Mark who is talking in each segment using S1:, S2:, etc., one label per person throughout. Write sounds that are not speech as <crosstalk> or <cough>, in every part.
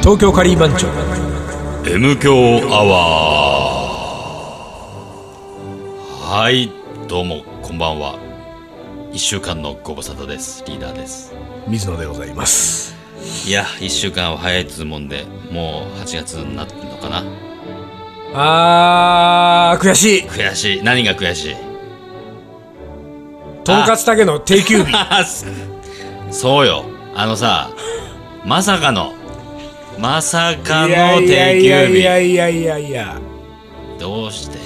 S1: 東京カリー番長
S2: M 強アワーはいどうもこんばんは1週間のご無沙汰ですリーダーです
S1: 水野でございます
S2: いや1週間は早いつうもんでもう8月になってんのかな
S1: あー悔しい
S2: 悔しい何が悔しい <laughs>
S1: とんかつたけの定休日
S2: あすそうよあのさまさかのまさか
S1: いや
S2: の
S1: いや
S2: 定
S1: いやいや
S2: 休日
S1: いやいやいや
S2: どうして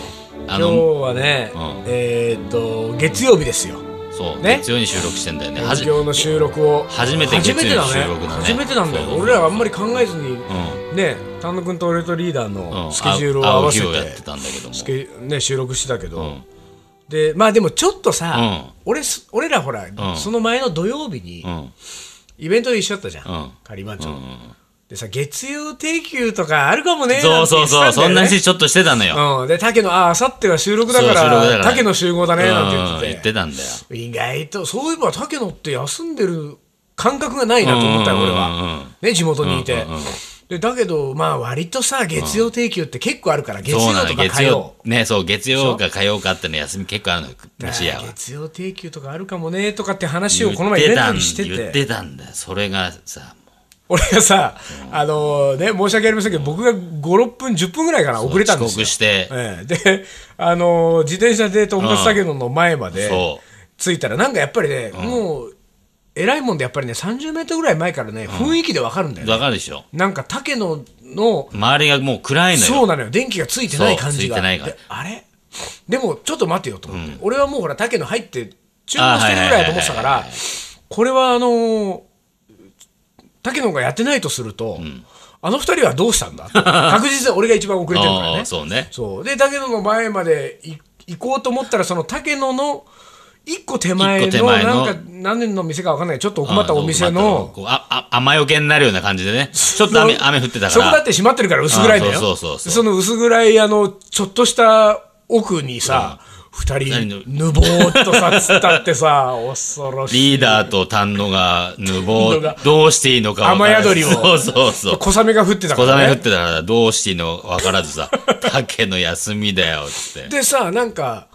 S2: あ
S1: 今日
S2: の
S1: はね、
S2: うん
S1: えーっと月曜日ですよ
S2: そう、
S1: ね
S2: 月曜に収録してんだよねは
S1: 東
S2: じ
S1: 京の収録を
S2: 初めて月
S1: 初
S2: 曜
S1: め
S2: 日
S1: てだ
S2: の収録
S1: ね
S2: だね
S1: 初めてなんだよ
S2: そう
S1: 俺らはあんまり考えずに
S2: うん
S1: ね丹野君と俺とリーダー
S2: う
S1: の
S2: ん
S1: スケジュールを合わせて,、
S2: あ青木をやってたんだけども
S1: スケね、収録してたけど、
S2: うん
S1: でまあでもちょっとさ、
S2: うん
S1: 俺す俺らほら、
S2: ん
S1: その前の土曜日に
S2: うん
S1: イベントで一緒だったじゃん、
S2: うん
S1: 仮番
S2: う
S1: 長、
S2: ん
S1: でさ月曜定休とかあるかもね
S2: そうそうそう、
S1: なんて
S2: そんな
S1: 言って
S2: 話ちょっとしてたの
S1: た
S2: よ。
S1: んだよねうん、で竹のああさっては収録だか
S2: そう収録だからら
S1: 竹の集合だねなんて
S2: うん
S1: 言
S2: 言
S1: っ
S2: ってて
S1: て、
S2: たんだよ。
S1: 意外とそういえば竹野って休んでる感覚がないなと思ったよ俺
S2: うんうんうん
S1: は、ね、地元にいて、でだけどまあ割とさ月曜定休って結構あるから月
S2: そう
S1: 曜
S2: な
S1: と
S2: の、
S1: か
S2: 月
S1: 火曜
S2: 曜。ね、そう、月曜か火曜かっての休み結構あるのよ、西
S1: い
S2: 屋
S1: や
S2: は。
S1: 月曜定休とかあるかもねとかって話を
S2: 言
S1: この前イベントにしてて
S2: 言ってたんだよ。それがさ、
S1: 俺がさ、あのね申し訳ありませんけど僕が56分10分ぐらいかな遅れたん
S2: 遅
S1: ですよ
S2: 刻して、
S1: ええで、あの自転車でとんかつたけのの前まで
S2: そ
S1: 着いたらなんかやっぱりね、もう偉いもんでやっぱりね30メートルぐらい前からね雰囲気でわかるんだよね、
S2: わかるでしょ。
S1: なんか竹野の
S2: 周りがもう暗いの
S1: そう
S2: よ。
S1: なのよ電気がついてない感じが
S2: そうついてないから
S1: であれでもちょっと待てよと思って、俺はもうほら竹野入って注文してるぐらいだと思ってたからこれはあのー竹野がやってないとすると、あの二人はどうしたんだ確実に俺が一番遅れてるから
S2: <laughs> あ
S1: ね
S2: あそうね。
S1: そうで竹野の前までい行こうと思ったらその竹野の一個手前
S2: 一
S1: の
S2: 個手前の
S1: なんか何年の店か分かんないちょっと奥まった
S2: うん
S1: お店
S2: そう
S1: の
S2: こうああ雨よけになるような感じでね。ちょっと雨
S1: その
S2: 雨降ってた
S1: そこ
S2: か
S1: だっ
S2: ら。
S1: て閉まってるから薄暗いだよ
S2: あそうそうそうそう
S1: その薄暗いあのちょっとした奥にさ、二人
S2: 人
S1: ぬぼーっとさ突っ立ってさ
S2: <laughs>
S1: 恐ろしい
S2: リーダーと丹野
S1: <laughs>
S2: がぬぼ
S1: のが
S2: う、どうしていいのかわからず
S1: 雨宿りを
S2: <laughs> そうそうそう。
S1: 小雨が降ってたか
S2: 小
S1: ら、ね、
S2: 雨降ってたからどうしていいのか分からず
S1: <laughs>
S2: さ「竹の休みだよ」っつって
S1: でさなんか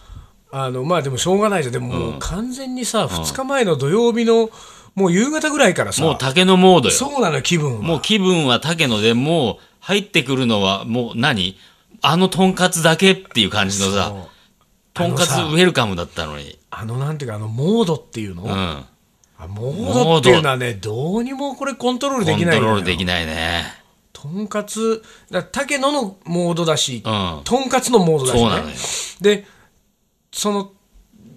S1: あのまあでもしょうがないじゃんでももう完全にさ、二2日前の土曜日のもう夕方ぐらいからさ
S2: もう竹のモードよ
S1: そうなの気分は
S2: もう気分は竹のでもう入ってくるのはもう何あのとんかつだけっていう感じのさとんかつ
S1: あ
S2: ウ
S1: のさ
S2: ェルカムだったのに
S1: あのなんていうかあのモードっていうの、
S2: うん
S1: あモードっていうのはねどうにもこれコントロールで
S2: コ
S1: き
S2: ン
S1: ない
S2: ト
S1: のよ
S2: ロールできないね
S1: とんかつだ竹野のモードだし、
S2: うん
S1: とんかつのモードだし、ね、
S2: そうなのよ
S1: でその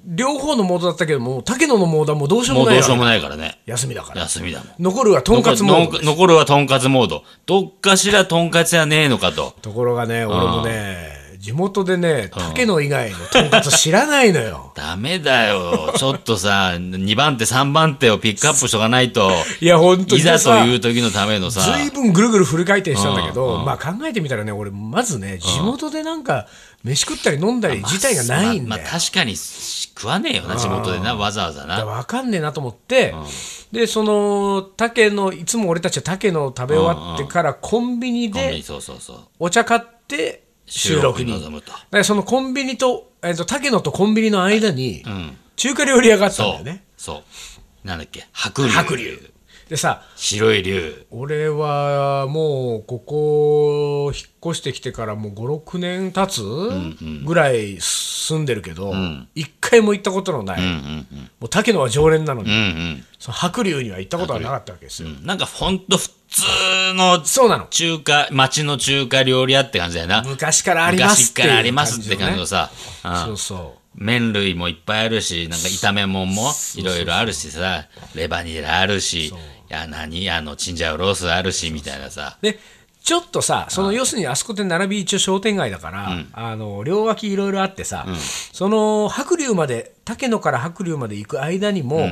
S1: 両方のモードだったけども竹野のモードはもうどうしよう
S2: も
S1: も
S2: う
S1: な
S2: ど
S1: いう
S2: しようも
S1: わ
S2: ないからね
S1: け休みだから
S2: 休みだもん
S1: 残るはとんかつモード
S2: 残残るはとんかつモードどっかしらとんかつやねえのかと
S1: ところがね俺もね地元でね竹野以外のとんかつ知らないのよ
S2: ダメだよちょっとさ2 <laughs> 番手3番手をピックアップしとか <laughs> ないと
S1: いや本当
S2: い
S1: に
S2: ざ
S1: さ
S2: という時のためのさ、
S1: ずいぶんぐるぐるフル回転したんだけど、まあ考えてみたらね俺まずね地元でなんか飯食ったり飲んだり自体がないんだ
S2: まあ
S1: よ
S2: まあ確かに食わねえよな、地元でな、わざわざ
S1: だから
S2: な。
S1: わかんねえなと思って、でその竹のいつも俺たちは竹の食べ終わってからコンビニ
S2: コンビニ
S1: で
S2: そうそうそう。
S1: お茶買って収録に
S2: 収録に臨むと
S1: だからそのコンビニと,、えっと竹野とコンビニの間に
S2: ん
S1: 中華料理屋があったんだ
S2: そ
S1: よ
S2: う、
S1: ね、
S2: そう。なんだっけ、白龍。
S1: 白龍でさ
S2: 白い龍。
S1: 俺はもうここ引っ越してきてからもう56年経つぐらい住んでるけど、一回も行ったことのない、もう竹野は常連なのに、
S2: うんうん
S1: その白龍には行ったことはなかったわけですよ、
S2: うん。なんかほんと普通の
S1: そうなの
S2: 中華、町の中華料理屋って感じだよな。
S1: 昔からあります
S2: 昔
S1: って
S2: か
S1: いう
S2: らありますって感じの
S1: ね
S2: さ。うん
S1: そうそ
S2: 麺類もいっぱいあるし、なんか炒め物もいろいろあるしさ、レバニラあるし、いや、何、あの、チンジャオロースあるし、みたいなさ。
S1: うでちょっとさその要するにあそこで並び一応商店街だから、あの両脇いろいろあってさ、その白龍まで竹野から白龍まで行く間にも、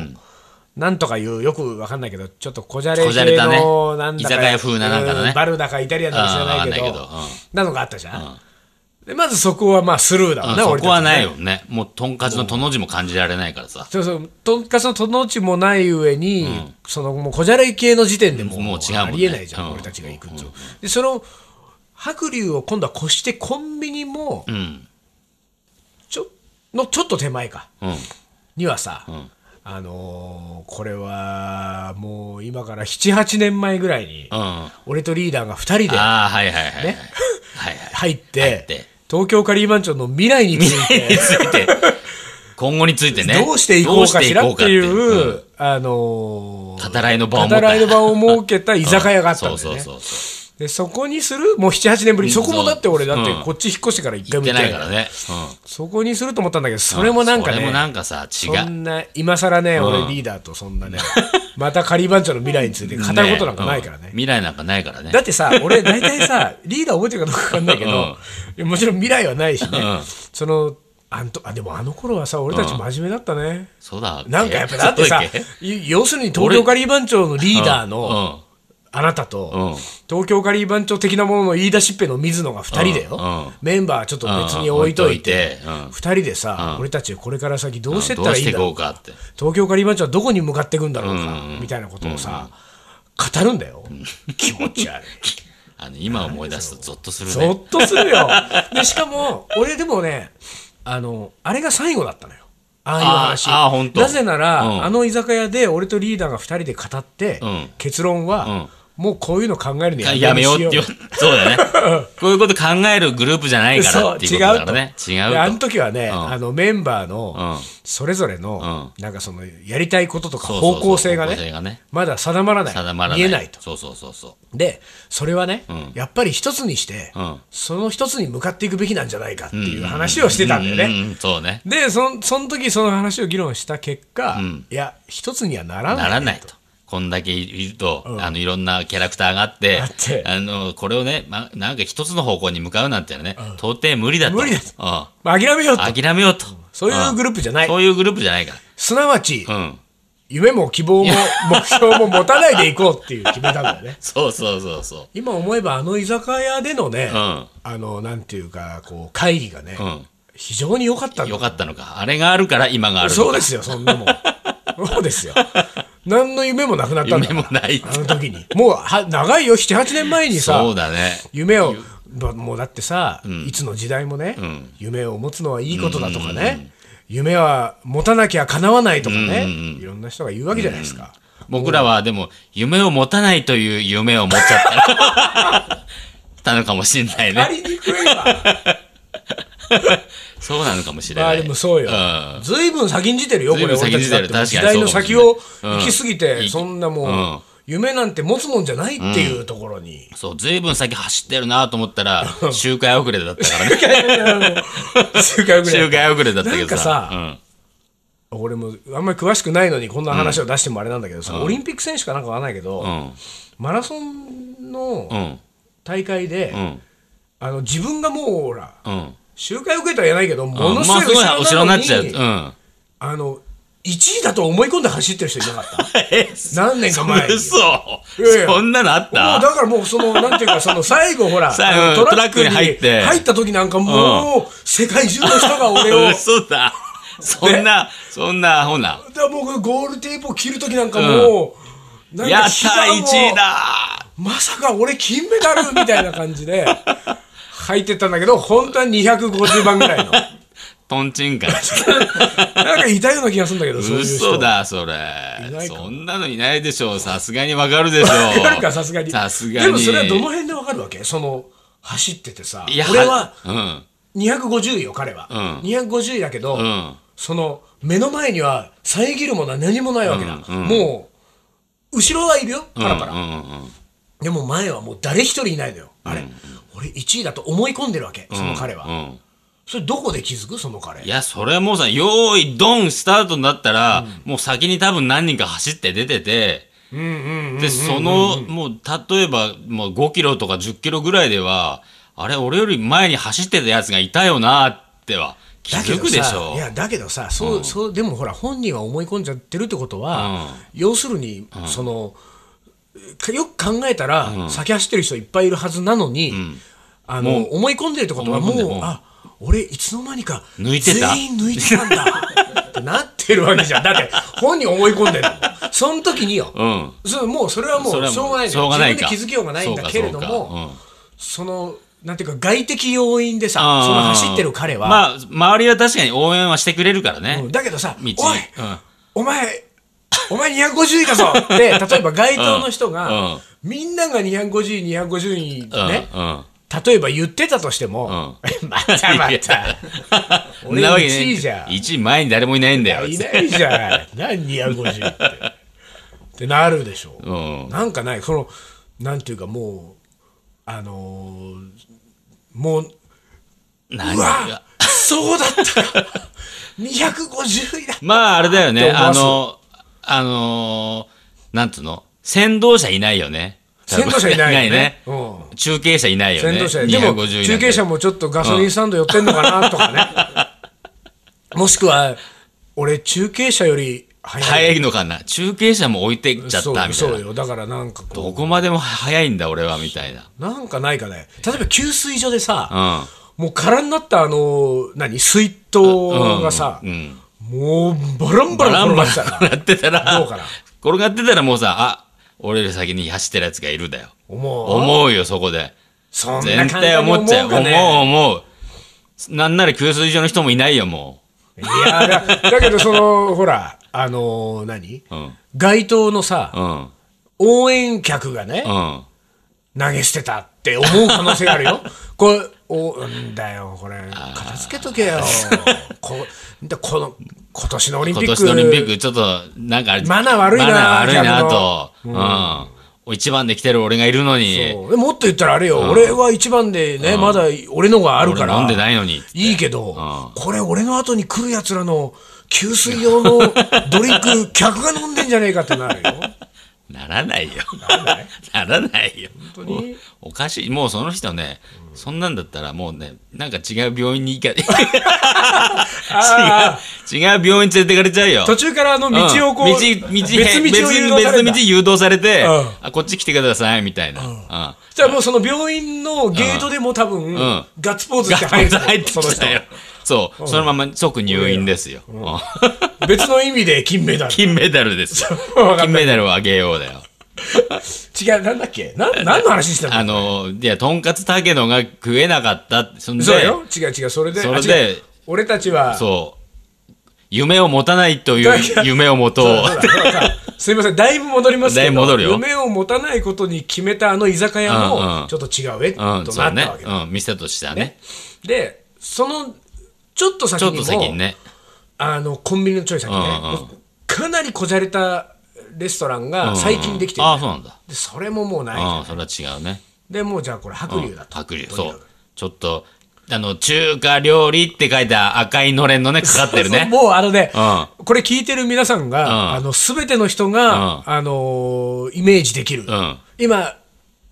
S1: なんとかいうよくわかんないけどちょっとこじゃれ
S2: こじゃれ
S1: 系
S2: たね
S1: のなんだか
S2: 居酒屋風ななんかのね
S1: うバルだかイタリアンだか知らないけど
S2: うんわかんないけどうん
S1: なのがあったじゃん、でまずそこはまあスルーだわ
S2: うん
S1: な、
S2: そ
S1: 俺たち
S2: こはないよね。もう、とんかつのとの字も感じられないからさ。
S1: そうそうとんかつのとのちもない上に、そのもうこじゃれ系の時点でもう
S2: もう違うもんね
S1: ありえないじゃん、
S2: うん
S1: 俺たちが行くと、でその白龍を今度は越してコンビニも
S2: うん。
S1: ちょのちょっと手前か
S2: うん。
S1: にはさ、あのーこれはもう今から78年前ぐらいに、
S2: うん。あ
S1: 俺とリーダーが2人で
S2: あー、はいはいはいはい。
S1: ね
S2: はいはい。
S1: <laughs> 入って
S2: って
S1: 東京カリーマン町の未来につい
S2: <laughs>
S1: て
S2: について、今後についてね。
S1: どうしていこうかしらってい
S2: どしてこ
S1: う、
S2: かっ
S1: あのー
S2: 語らいの場を設け
S1: 語
S2: た
S1: らいの場を設けた居酒屋があったんだよ
S2: そう
S1: ね
S2: そうそうそ
S1: でそこにするもう78年ぶり
S2: うん
S1: そこもだって俺だって
S2: うん
S1: こっち引っ越してから一
S2: う。行
S1: 回
S2: っ
S1: も行ってない
S2: てな
S1: い
S2: か
S1: からら
S2: ね。
S1: そこにすると思ったんだけど
S2: うん。
S1: それもなんか
S2: それ
S1: ね
S2: もなんかさ、違
S1: そ
S2: うん
S1: な今更ね
S2: ん
S1: 俺リーダーとそんなねまたカリーマン町の未来について語ることなんかないから
S2: うん
S1: ね
S2: 未来なんかないからね。
S1: だってさ、俺大体さ、リーダー覚えてるかどうかわかんないけど、
S2: うん
S1: いやもちろん未来はないしね、
S2: うん
S1: そのあんとあ、でもあの頃はさ、俺たち真面目だったね。
S2: そうだっけ。
S1: なんかやっぱだって
S2: そ
S1: さ
S2: うっけ、
S1: い要するに東京カリー番長のリーダー
S2: うん
S1: のあなた
S2: うん
S1: と、東京カリー番長的なものの言い出しっぺの水野が2人だよ、
S2: うんうん
S1: メンバーちょっと別に置いといて、
S2: うんうん置いといてうん
S1: 2人でさ、
S2: うん
S1: 俺たちこれから先どうしてっ
S2: ど
S1: た
S2: う
S1: らいいん
S2: してい
S1: だろう
S2: こうかって。
S1: 東京カリーマンチョはどこに向かっていくんだろうか、
S2: うんうん
S1: みたいなことをさ、語るんだよ、気持ち悪い。
S2: あの、今思い出すとゾッとするね。
S1: ゾッとするよ。で、しかも、俺でもね、あの、あれが最後だったのよ。ああいう話。
S2: あーあーほんと
S1: なぜなら、
S2: うん
S1: あの居酒屋で俺とリーダーが2人で語って、
S2: うん
S1: 結論は、もうこういうの考えるの
S2: かやめようって言
S1: よ
S2: わそうだね。
S1: <laughs>
S2: こういうこと考えるグループじゃないから
S1: そ
S2: っ
S1: う、
S2: ていうこ
S1: 違
S2: とだ
S1: う
S2: か
S1: と。
S2: らね。違
S1: であの
S2: うと。
S1: 時はね、
S2: ん
S1: あのメンバー
S2: うん
S1: の、それぞれの、なんかその、やりたいこととか
S2: そうそ
S1: 方
S2: うそう
S1: 向性がね、
S2: 方向性がね
S1: まだ定まらない。
S2: 定まらない。
S1: 見えないと。
S2: そうそうそうそう。
S1: で、それはね、
S2: ん
S1: やっぱり一つにして、
S2: うん
S1: その一つに向かっていくべきなんじゃないかっていう話をしてたんだよね。
S2: ううんうんそうね。
S1: でそんその時その話を議論した結果、
S2: ん
S1: いや一つにはならない
S2: ならないと。こんだけいると、あの、いろんなキャラクターがあって、
S1: あって
S2: あの、これをね、ま、なんか一つの方向に向かうなんていうのはね、到底無理だと。
S1: 無理だ
S2: と。
S1: まあ、諦めようと
S2: 諦めようと。
S1: そういうグループじゃない
S2: そういうグループじゃないか
S1: すなわち、
S2: ら。うん。
S1: 夢も希望も目標も持たないでいこうっていう決めたんだよね
S2: そうそうそうそう。
S1: 今思えばあの居酒屋でのね、
S2: うん
S1: あのなんていうかこう会議がね、
S2: うん
S1: 非常に良かったんだ
S2: よかったのか。あれがあるから今があるのか。
S1: そうですよそんなもんそうですよ何の夢もなくなったんだ
S2: 夢
S1: から
S2: もない
S1: あの時にもうは長いよ78年前にさ
S2: そうだね。
S1: 夢をまもうだってさ、いつの時代もね、夢を持つのはいいことだとかね、夢は持たなきゃ叶わないとかね、いろんな人が言うわけじゃないですか、
S2: 僕らはでも、夢を持たないという夢を持っちゃった。たのかもしれない
S1: や
S2: ね。
S1: りにくいわ
S2: そうなのかもしれ
S1: ま
S2: な
S1: あ
S2: い。
S1: でもそうよ
S2: うん
S1: ずいぶん先んじてるよこれ
S2: ずいぶん先んじてる
S1: 俺たちだって時
S2: 確か
S1: 代
S2: に
S1: の
S2: そうかもし
S1: 先
S2: れない
S1: を行き過ぎて、
S2: うん
S1: そんなもう、
S2: うん
S1: 夢なんて持つもんじゃないっていうところに、
S2: そう、ずいぶん先走ってるなと思ったら、周回遅れだったからね。
S1: 周 <laughs> 回遅れ
S2: 周回遅れだったけ
S1: な
S2: ど
S1: んか
S2: さ
S1: さ。、俺もあんまり詳しくないのにこんな話を出してもあれなんだけどさ、オリンピック選手かなんかわかんないけど、
S2: うん。うん。
S1: マラソン
S2: う
S1: の
S2: ん。
S1: 大会で、
S2: うん。
S1: あの自分がもうほら
S2: うん。
S1: 周回受けとは言えないけども
S2: うん
S1: のすご
S2: まあ
S1: い
S2: すごい後
S1: 後
S2: ろ
S1: ろ
S2: に
S1: なの
S2: なっ
S1: に
S2: ちゃう。うん。
S1: あの1位だと思い込んで走ってる人いなかった <laughs>
S2: え
S1: 何年か前に
S2: 嘘
S1: いやいや
S2: そんなのあっ
S1: もう
S2: た
S1: だからもうそのなんていうかその最後ほら
S2: <laughs> 最後
S1: あの
S2: トラックに入って
S1: 入った時なんかもう、世界中の人が俺を
S2: 嘘だ。そんな、そんな、ほな。
S1: だから僕ゴールテープを切る時なんかもう、なんか
S2: やった
S1: 膝も
S2: !1 位だ
S1: まさか俺金メダルみたいな感じで入ってったんだけど本当は250番ぐらいの。
S2: トンチ
S1: <laughs>
S2: ンカン。
S1: なんかいたような気がするんだけど、そういう人。
S2: 嘘だ、それ
S1: ない。か
S2: そんなのいないでしょう。さすがにわかるでしょ
S1: わか
S2: う。
S1: るか、さすがに。
S2: さすがに。
S1: でもそれはどの辺でわかるわけその、走っててさ。
S2: いや
S1: 俺は、
S2: うん。
S1: 250位よ、彼は。
S2: う
S1: 250位だけど、
S2: うん。
S1: その、目の前には遮るものは何もないわけだ。
S2: うんうん
S1: もう、後ろはいるよ、パラパラ。
S2: うんうんうん
S1: でも前はもう誰一人いないのよ。あれ、俺1位だと思い込んでるわけ、その彼は。
S2: うん
S1: それどこで気づくその彼。
S2: いや、それはもうさ、よーい、ドン、スタートになったら、もう先に多分何人か走って出てて、で、その、もう、例えば、もう5キロとか10キロぐらいでは、あれ、俺より前に走ってたやつがいたよなっては、気
S1: だけ
S2: づ
S1: ど
S2: くでし
S1: さ
S2: ょ。
S1: いやだけどさそう、そうでもほら本人は思い込んじゃってるってことは、要するに、そのかよく考えたら、先走ってる人いっぱいいるはずなのに、あの
S2: もう
S1: 思い込んでるってことはも
S2: 思い込んで
S1: う
S2: もう
S1: あ俺いつの間にか
S2: 抜いてた
S1: 全員抜いてたん
S2: <laughs>
S1: だってなってるわけじゃんだって本人思い込んでるその時によ、
S2: うん。
S1: そうもうそれはも
S2: そ
S1: う
S2: れは
S1: しょうがない
S2: しょうがない
S1: 自
S2: か
S1: 分で気づきようがないんだけれど
S2: そうかそう
S1: も
S2: かうん
S1: そのなんていうか外的要因でさ
S2: あー
S1: その走ってる彼は、
S2: まあ、周りは確かに応援はしてくれるからね
S1: うん。だけどさ「
S2: 道に
S1: おい、
S2: うん
S1: お前お前250位か
S2: <laughs>
S1: ぞ」って例えば街頭の人
S2: うんう
S1: が
S2: ん
S1: みんなが250位250位
S2: うん。
S1: ね
S2: うん。
S1: 例えば言ってたとしても「 <laughs> またま
S2: <laughs> いや
S1: た
S2: そんなわけ
S1: 俺
S2: ね
S1: 1位じゃん
S2: 1位前に誰もいないんだよ。
S1: いないじゃん何250位って」ってなるでしょ。
S2: うん。
S1: なんかない、その、なんていうか、もう、あのーもう、
S2: 何
S1: うわ
S2: が
S1: そうだったか !250 位だ
S2: まあ、あれだよ
S1: って
S2: ね。
S1: 思わ
S2: あ
S1: す
S2: の、あのー、なんつうの先導者いないよね。
S1: 先導者いないよね
S2: ね
S1: う
S2: 中継者いないよね。
S1: 先導者でも、
S2: 250
S1: 中継車
S2: も。
S1: もちょっとガソリンスタンド寄ってんのかなとか
S2: <laughs>
S1: ね。もしくは、俺、中継車より早い。
S2: 早いのかな中継者も置いてっちゃった
S1: そ
S2: みた
S1: う
S2: い
S1: そ
S2: な
S1: う。よ。だからなんかこ
S2: どこまでも早いんだ俺はみたいな。
S1: う、なんかないかね。例えば給水所でさ、
S2: うん。
S1: もう空になったあの、何水筒がさ、
S2: うん。
S1: もうバランバ
S2: バ
S1: ラ
S2: ラ
S1: ン
S2: ン
S1: 転
S2: バ
S1: がってた
S2: ラ
S1: か
S2: ン
S1: ど
S2: やってたら、
S1: うかな
S2: 転がってたらもうさ、あ、俺より先に走ってるやつがいるだよ。
S1: 思う。
S2: 思うよ、そこで。
S1: そんな
S2: 全
S1: 簡単に
S2: 体
S1: 思
S2: 思
S1: う
S2: っちゃう。
S1: かね。
S2: 思う、思う。なんなら給水所の人もいないよ、も
S1: いやだ、だけどその、ほら、あのー何、
S2: う。うん。
S1: 街頭のさ、
S2: うん。
S1: 応援客がね、
S2: うん。
S1: 投げ捨てたって思う可能性があるよ。
S2: <laughs>
S1: これ、お、んだよ、これ、片付けとけよ。こだこの、今年のオリン
S2: 今
S1: ピック。
S2: 年のオリンピック、ちょっと、なんか、
S1: マナー悪いな
S2: マナー悪いな
S1: ギ
S2: と。うん。一番で来てる俺がいるのに、
S1: そうでもっと言ったらあれよ、俺は一番でね、まだ俺のがある
S2: 俺
S1: から。
S2: 飲んでないのに。
S1: いいけど、これ俺の後に来るやつらの給水用
S2: <laughs>
S1: のドリンク客が飲んでんじゃねえかってなるよ。
S2: ならないよ。
S1: ない
S2: ならないよ。
S1: 本当に
S2: おおかしい。もうその人ね、そんなんだったらもうね、なんか <laughs> 違う病院に行か、
S1: あ
S2: 違う、違う病院に連れてかれちゃうよ。
S1: 途中からあの道をこう、
S2: ん道道
S1: 別
S2: へ
S1: 道を
S2: 別
S1: 誘導され
S2: 別
S1: た
S2: 道誘導されて、
S1: うん
S2: あこっち来てくださいみたいな、うん
S1: じゃあもうその病院のゲートでも多分、
S2: ん
S1: ガッツポーズ
S2: ガ
S1: して
S2: ッ
S1: 入
S2: と
S1: る
S2: 入って
S1: その
S2: き
S1: 人
S2: たよそう、そのまま即入院ですよ、うん
S1: <laughs>
S2: <laughs>
S1: 別の意味で金メダル
S2: 金メダルですよ
S1: うわかった
S2: 金メダルをあげようだよ
S1: 違うなんだっけな
S2: <laughs>
S1: 何の話してた
S2: あ
S1: の
S2: のいやとんかつたけのが食えなかったってそんで
S1: そうよ違う違うそれで
S2: そ
S1: あ
S2: れ
S1: 違
S2: で
S1: う俺たちは
S2: そう夢を持たないとい
S1: だから
S2: う夢を持とう
S1: そうだそうだそうだすいません、だいぶ戻りますけ
S2: だい
S1: ど、
S2: ぶ戻るよ
S1: 夢を持たないことに決めたあの居酒屋
S2: うんう
S1: も、
S2: ん
S1: ちょっと違うえ、とな
S2: う
S1: っ
S2: ん、
S1: た
S2: そう
S1: わけ
S2: ね
S1: だ、
S2: うん、店としてはね
S1: で、そのちょっと先
S2: ちょっ
S1: に
S2: と
S1: も、
S2: 先にね
S1: あのコンビニのちょい先ね、
S2: うん
S1: かなりこじゃれたレストランが最近できてる、
S2: ああそうなんだ
S1: でそれももうないじゃん、
S2: うん、それは違うね
S1: でもうじゃあこれ白龍だと、
S2: 白龍
S1: とに
S2: そ
S1: かく
S2: うちょっとあの中華料理って書いた赤いのれんのねかかってる
S1: <laughs> そう
S2: ね
S1: もうあのね、
S2: う
S1: これ聞いてる皆さんが、
S2: うん
S1: あの全ての人が、
S2: うん
S1: あのーイメージできる、
S2: ん
S1: 今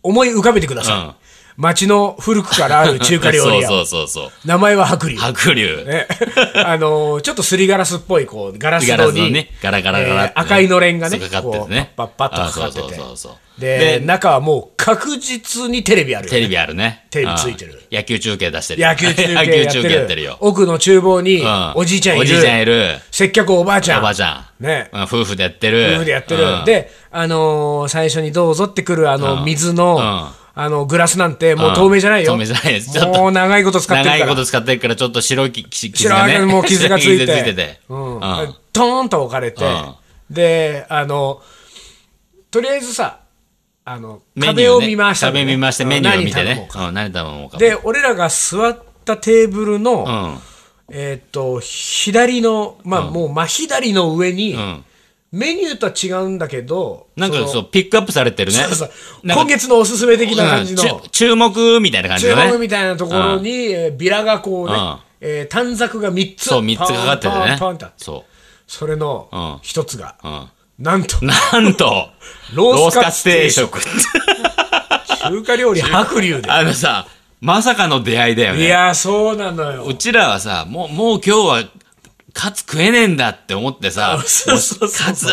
S1: 思い浮かべてください、
S2: うん
S1: 街の古くからある中華料理屋
S2: <laughs> そうそうそうそう
S1: 名前は白龍
S2: 白龍、
S1: ね <laughs> あのーちょっとすりガラスっぽいこうガラス
S2: ガラ
S1: 戸
S2: スの
S1: に、
S2: ねガラガラガラってね、
S1: えー赤いのれんがね
S2: そうかかってるね
S1: こうパッパッパッとかかってて
S2: あそうそうそうそう
S1: で
S2: で
S1: 中はもう確実にテレビあるよね
S2: テレビあるね
S1: テレビついてる
S2: うん野球中継出してる
S1: 野球中継やっ
S2: 野
S1: てる
S2: 球中継やってるよ、
S1: 奥の厨房に
S2: うん
S1: おじいちゃんいる
S2: おじいちゃんいる
S1: 接客おばあちゃん
S2: おばあちゃん、
S1: ね
S2: うん、夫婦でやってる
S1: 夫婦でやってる、
S2: うん
S1: で、あのー最初にどうぞってくるあの
S2: うん
S1: 水の、
S2: うん
S1: あのグラスなんてもう透明じゃないよ、
S2: うん透明じゃないですちょっと
S1: もう長いこと使ってるから
S2: 長いこと使ってるからちょっと白いきき傷
S1: 白
S2: が
S1: い
S2: ね
S1: もう傷がついて
S2: 白傷て
S1: うん
S2: うん
S1: トーンと置かれて、
S2: う
S1: であのとりあえずさあの
S2: メニ
S1: 壁
S2: ューね
S1: を見ました、
S2: 壁見まして、メニューを見て
S1: 何頼も
S2: ね
S1: う。か
S2: うん何頼もうか。
S1: で俺らが座ったテーブルの、
S2: うん。
S1: えーっと左のまあ、もう真左の上に、
S2: ん
S1: メニューとは違うんだけど
S2: なんか
S1: の
S2: そう、ピックアップされてるね。
S1: そうそう
S2: なんか
S1: 今月のおすすめ的な感じの、
S2: うんちゅ注目みたいな感じ
S1: 注
S2: のね。
S1: 目みたいなところに、えービラがこうね、
S2: うん
S1: えー短冊が3つ
S2: そう、3つかかってて
S1: パンパン
S2: ね
S1: パンパン。って
S2: そ
S1: それの
S2: うん
S1: 1つが、
S2: う。うん。
S1: なんと
S2: なんと、
S1: ロースカ
S2: ス
S1: ツ
S2: 定
S1: 定
S2: 食。
S1: 中華料理白龍で
S2: あのさ、まさかの出会いだよ
S1: い
S2: ね。
S1: やーそうなのよ
S2: うちらはさ、もう、もう今日は、カツ食えねえんだって思ってさ、
S1: そうそうそう
S2: カツ、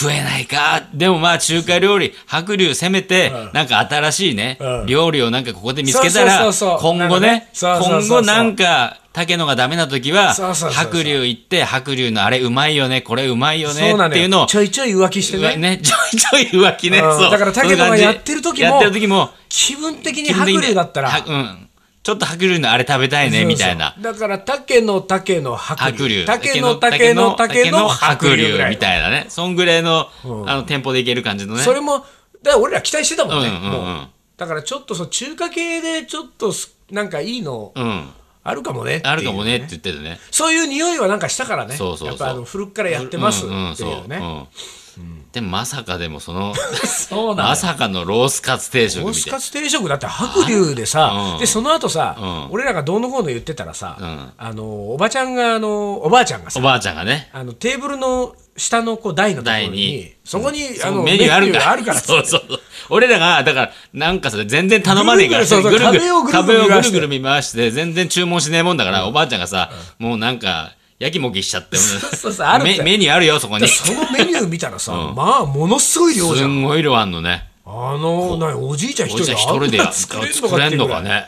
S2: 食えないか。でもまあ中華料理、白龍攻めて、なんか新しいね、
S1: うん
S2: 料理をなんかここで見つけた
S1: そ
S2: ら
S1: うそうそう、そう
S2: 今後ね、
S1: なんかねそうそうそ
S2: 今
S1: うそう
S2: 後なんか、竹野がダメな時は、
S1: そうそうそうそう
S2: 白龍行って、白龍のあれうまいよね、これうまいよね
S1: そうな
S2: っ
S1: の
S2: ていう
S1: よ
S2: のを、
S1: ちょいちょい浮気してね
S2: ね、ちょいちょい浮気ね。
S1: うん
S2: そう
S1: だから竹野が
S2: そんな感じ
S1: やってる時も
S2: やってる時も、
S1: 気分的に
S2: 基本的
S1: 白
S2: に
S1: 龍だったら
S2: はうん。ちょっと白龍のあれ食べたいね、みたい
S1: そ
S2: な。
S1: うそうだから竹の竹の白
S2: 白
S1: 龍
S2: 龍。
S1: 竹の竹の竹の白
S2: 白
S1: 龍
S2: 龍
S1: ぐらい
S2: みたいなね。そんぐらいの、あの、テンポでいける感じのね。
S1: それもだから俺ら期待してたもんね、
S2: うんうんうん
S1: もうだからちょっとその中華系でちょっとすなんかいいの
S2: うん。
S1: あるかもねっていう
S2: あるかもねって言っててね。
S1: そういう匂いはなんかしたからね
S2: そうそうそう
S1: やっぱあの古くからやってますっ
S2: うんうん
S1: ていうね、
S2: そううんでもまさかでもその、
S1: そうなの
S2: まさかのロースカツ定食
S1: ロー
S2: み
S1: ス
S2: たい
S1: カツ定食だって白龍でさ、
S2: うん
S1: でその後さ、
S2: うん
S1: 俺らがどうのこうの言ってたらさ、
S2: うん
S1: あのおばちゃんがあのおばあちゃんが
S2: お
S1: さ
S2: ばあちゃんがね。
S1: あのテーブルの下のこう台のところ
S2: 台
S1: に
S2: に
S1: そこに、あ
S2: そ
S1: の
S2: のメニューある
S1: メニ
S2: から。
S1: ューがあるからっつって
S2: <laughs> そうそうそう。俺らが、だから、なんかそれ全然頼まねえから、
S1: ぐるぐるそうそう壁をぐるぐる
S2: 壁を
S1: 回
S2: ぐ
S1: して
S2: るぐる見回して、全然注文しねえもんだから、おばあちゃんがさ、もうなんか、やきもきしちゃって、
S1: うそうそうあるんだ
S2: メ
S1: よ
S2: メニューあるよ、そこに。す
S1: そのメニュー見たらさ、まあものすごい量じゃん
S2: んごい量あんのね。
S1: あのなにおじいちゃん一
S2: おじ
S1: 人
S2: さ
S1: で
S2: ん一人で
S1: あん
S2: や
S1: な作れんの
S2: 作
S1: かっ
S2: れ
S1: てい
S2: ん
S1: う
S2: の
S1: ぐら
S2: か
S1: い
S2: ね。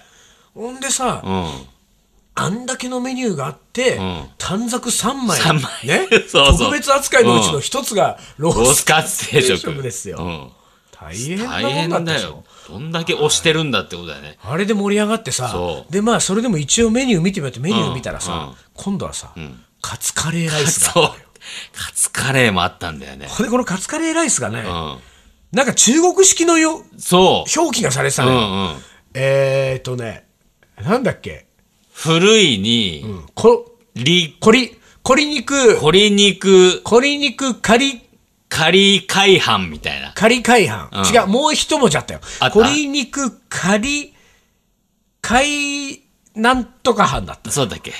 S1: ほんでさ、
S2: うん。
S1: あんだけのメニューがあって、
S2: ん
S1: 短冊3枚
S2: 三枚
S1: ね
S2: <laughs> そうそう
S1: 特別扱いのうちの一つがロー
S2: ロ
S1: ス
S2: ースカツ定
S1: 定食
S2: 食。
S1: ですよ
S2: うん
S1: 大変な
S2: 大
S1: もん
S2: 変
S1: だった
S2: だ
S1: でしょ
S2: よ。どんだけ押してるんだってことだよね。
S1: あれで盛り上がってさ
S2: そ
S1: でまあそれでも一応メニュー見てみようってメニュー見たらさ、
S2: うんうん
S1: 今度はさ、カツカレーライスがあった
S2: そ
S1: の
S2: う
S1: よ。
S2: カツカレーもあったんだよね。
S1: これこのカツカレーライスがね、
S2: うん。
S1: なんか中国式のよ
S2: そう。
S1: 表記がされてた
S2: う
S1: のよ、
S2: んうん。
S1: えーっとねなんだっけ、
S2: 古いうに、
S1: ん、こ
S2: り、
S1: こりこり肉
S2: 鶏肉、
S1: こり肉カリ
S2: 仮海飯みたいな。
S1: 仮改飯、
S2: うん
S1: 違う、もう一文字あったよ
S2: あっ。た
S1: 鶏肉仮、改、なんとか飯だった。
S2: そうだっけ。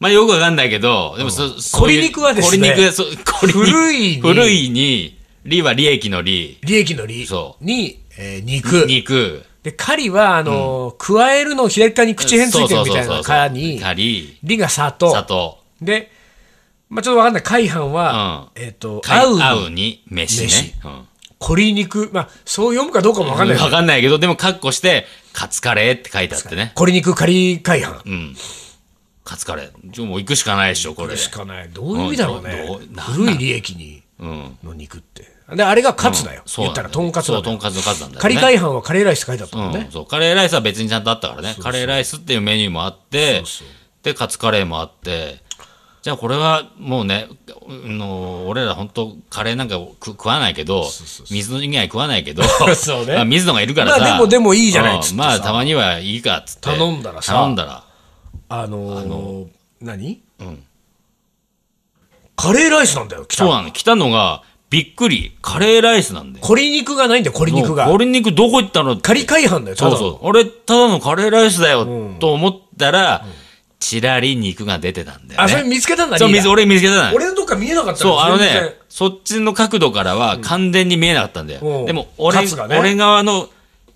S2: まあよくわかんないけど、でもそ、そうい
S1: 鶏
S2: う
S1: 肉はですね
S2: 鶏肉はそう、鶏
S1: 古いに
S2: 古いに、りは利益のり、
S1: 利益の利
S2: そう
S1: に、えー肉。
S2: 肉。
S1: で、仮は、あのー加えるの左側に口辺ついてるみたいなかに、
S2: 仮、
S1: 利が砂糖。
S2: 砂糖。
S1: で、まあ、ちょっとわかんない。改飯は、えっ、と、
S2: かい
S1: 合う
S2: 合
S1: の、
S2: うに、飯
S1: 飯
S2: ね。うん
S1: 鶏肉。まあ、そう読むかどうかもわかんないけど。
S2: わかんないけど、でも、カッコして、カツカレーって書いてあってね。
S1: 鶏肉仮改飯。
S2: うん。カツカレー。じゃあもう行くしかないでしょ、これ。
S1: しかない。どういう意味だろうね
S2: うんどう。なんだ
S1: 古い利益に。
S2: うん。
S1: の肉って。で、あれがカツだよ。言ったら、とんかつ
S2: そ
S1: だ
S2: う、とんかつの数なんだよね。
S1: カリカイ飯はカレーライスって書いてあったもん
S2: う
S1: ね
S2: ん、。そうカレーライスは別にちゃんとあったからねカレーライスっていうメニューもあってでカツカレーもあってじゃあこれはもうねうの俺ら本当カレーなんか食食わないけど水の以外食わないけど
S1: <laughs> そうね
S2: まあ、水野がいるからさ、
S1: まあでもでもいいじゃないっつってさ
S2: うんまあたまにはいいかっつって
S1: 頼んだらさ
S2: 頼んだら
S1: あのー、何
S2: うん
S1: カレーライスなんだよ、来た
S2: そう
S1: の。
S2: なの来たのがびっくりカレーライスなんで
S1: 鶏肉がないんだよ、鶏肉が。
S2: 俺肉どこ行ったのって
S1: カリカイ飯だよ、ただ
S2: そう
S1: の
S2: そう俺ただのカレーライスだよ、と思ったら、ちらり肉が出てたんだよね
S1: あ、それ見つけたんだ
S2: そう、
S1: リーダー
S2: 水、俺見つけたのよ。
S1: 俺のとこから見えなかった
S2: そう、あの
S1: 全然
S2: ね、そっちの角度からは完全に見えなかったんだ
S1: うん
S2: よ。でも、俺、
S1: カツがね
S2: 俺側の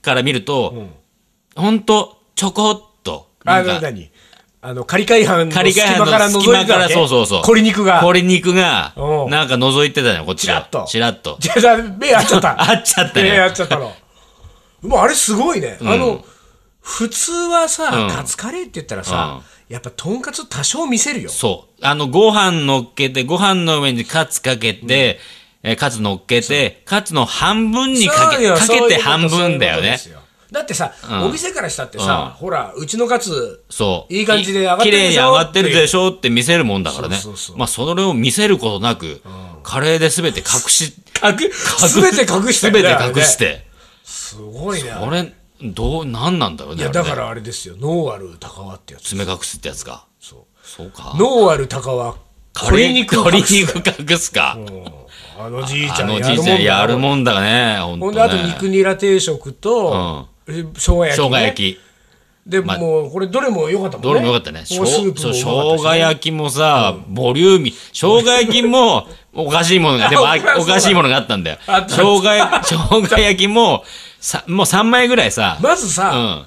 S2: から見ると、ほんと、ちょこっと、な
S1: あ
S2: ん
S1: の、
S2: か、
S1: 何あの、カリカイ飯の
S2: カリ
S1: 隙
S2: カヤ
S1: 間から覗
S2: の
S1: い
S2: 隙間
S1: てた
S2: か
S1: わ
S2: ら、
S1: け
S2: そうそうそう。
S1: 鶏肉が。
S2: 鶏肉が
S1: う、ん
S2: なんか覗いてたのよ、こっち
S1: チラ
S2: が
S1: ッと
S2: チラッと。
S1: じゃあじゃあ、目合っちゃった。
S2: <laughs> 合っちゃったね
S1: 目合っちゃったの。もうあれすごいね。あの、普通はさ
S2: う、ん
S1: カツカレーって言ったらさ、やっぱとんかつ多少見せるよ。
S2: そう。あの、ご飯乗っけて、ご飯の上にカツかけて、えーカツ乗っけて、カツの半分にか
S1: そう
S2: け
S1: よ
S2: か
S1: そういう
S2: け
S1: こと
S2: て半分だ
S1: そ
S2: よ
S1: ういうことで
S2: ね。
S1: すだってさ、
S2: ん
S1: お店からしたってさ、ほら、うちのカツ、
S2: そう。
S1: いい感じで上がってる
S2: 綺
S1: でしょ
S2: 麗に上がってるでしょって見せるもんだからね。
S1: そうそうそう
S2: まあ、それを見せることなく、カレーで全て隠し、
S1: 隠、すべて隠してる
S2: 全て
S1: んだよあれね
S2: 隠して。
S1: すごいね。
S2: あれ、どう、なんなんだろう
S1: い
S2: ね。
S1: や、
S2: あれ
S1: だ
S2: ね
S1: からあれですよ、ノーアル高輪ってやつ。
S2: 爪隠すってやつか。
S1: そう
S2: そうか。
S1: ノーアル高輪、鶏肉を隠す
S2: 鶏肉隠すか。
S1: あのじいちゃ
S2: あ
S1: ん
S2: の
S1: や
S2: じ
S1: る
S2: い
S1: もん
S2: ちゃん
S1: だ
S2: やるもんだね。ほん
S1: ほ
S2: と
S1: ん
S2: ね
S1: で、あと肉ニラ定食と、え生姜焼き、ね。
S2: 生姜焼き。
S1: で、もう、これどれも良かったもんね。
S2: どれもよかったね。し
S1: も
S2: ょ
S1: う
S2: う
S1: ス
S2: そ
S1: ー
S2: う
S1: プも
S2: 生
S1: う
S2: 姜焼きもさ、ボリューミー。生姜焼きも、おかしいものが、でもあ
S1: あおかしいもの
S2: おかしいものがあったんだよ。
S1: あった
S2: 生姜焼き、生姜焼きも、さ、もう3枚ぐらいさ、
S1: まずさ、
S2: うん。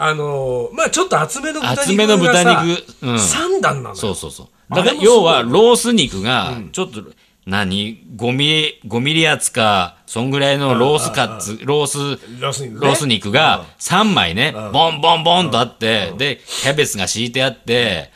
S1: あのーまあちょっと厚めの豚肉がさ
S2: 厚めの豚肉うん
S1: 3段なのよ
S2: そうそうそう。
S1: あれ
S2: だ
S1: も
S2: から、要は、ロース肉が、ちょっと、何 ?5 ミリ、5ミリ厚か、そんぐらいのロースカツ、ロース、
S1: ロース肉ね
S2: ロース肉が3枚ね、ボンボンボンとあって、で、キャベツが敷いてあって、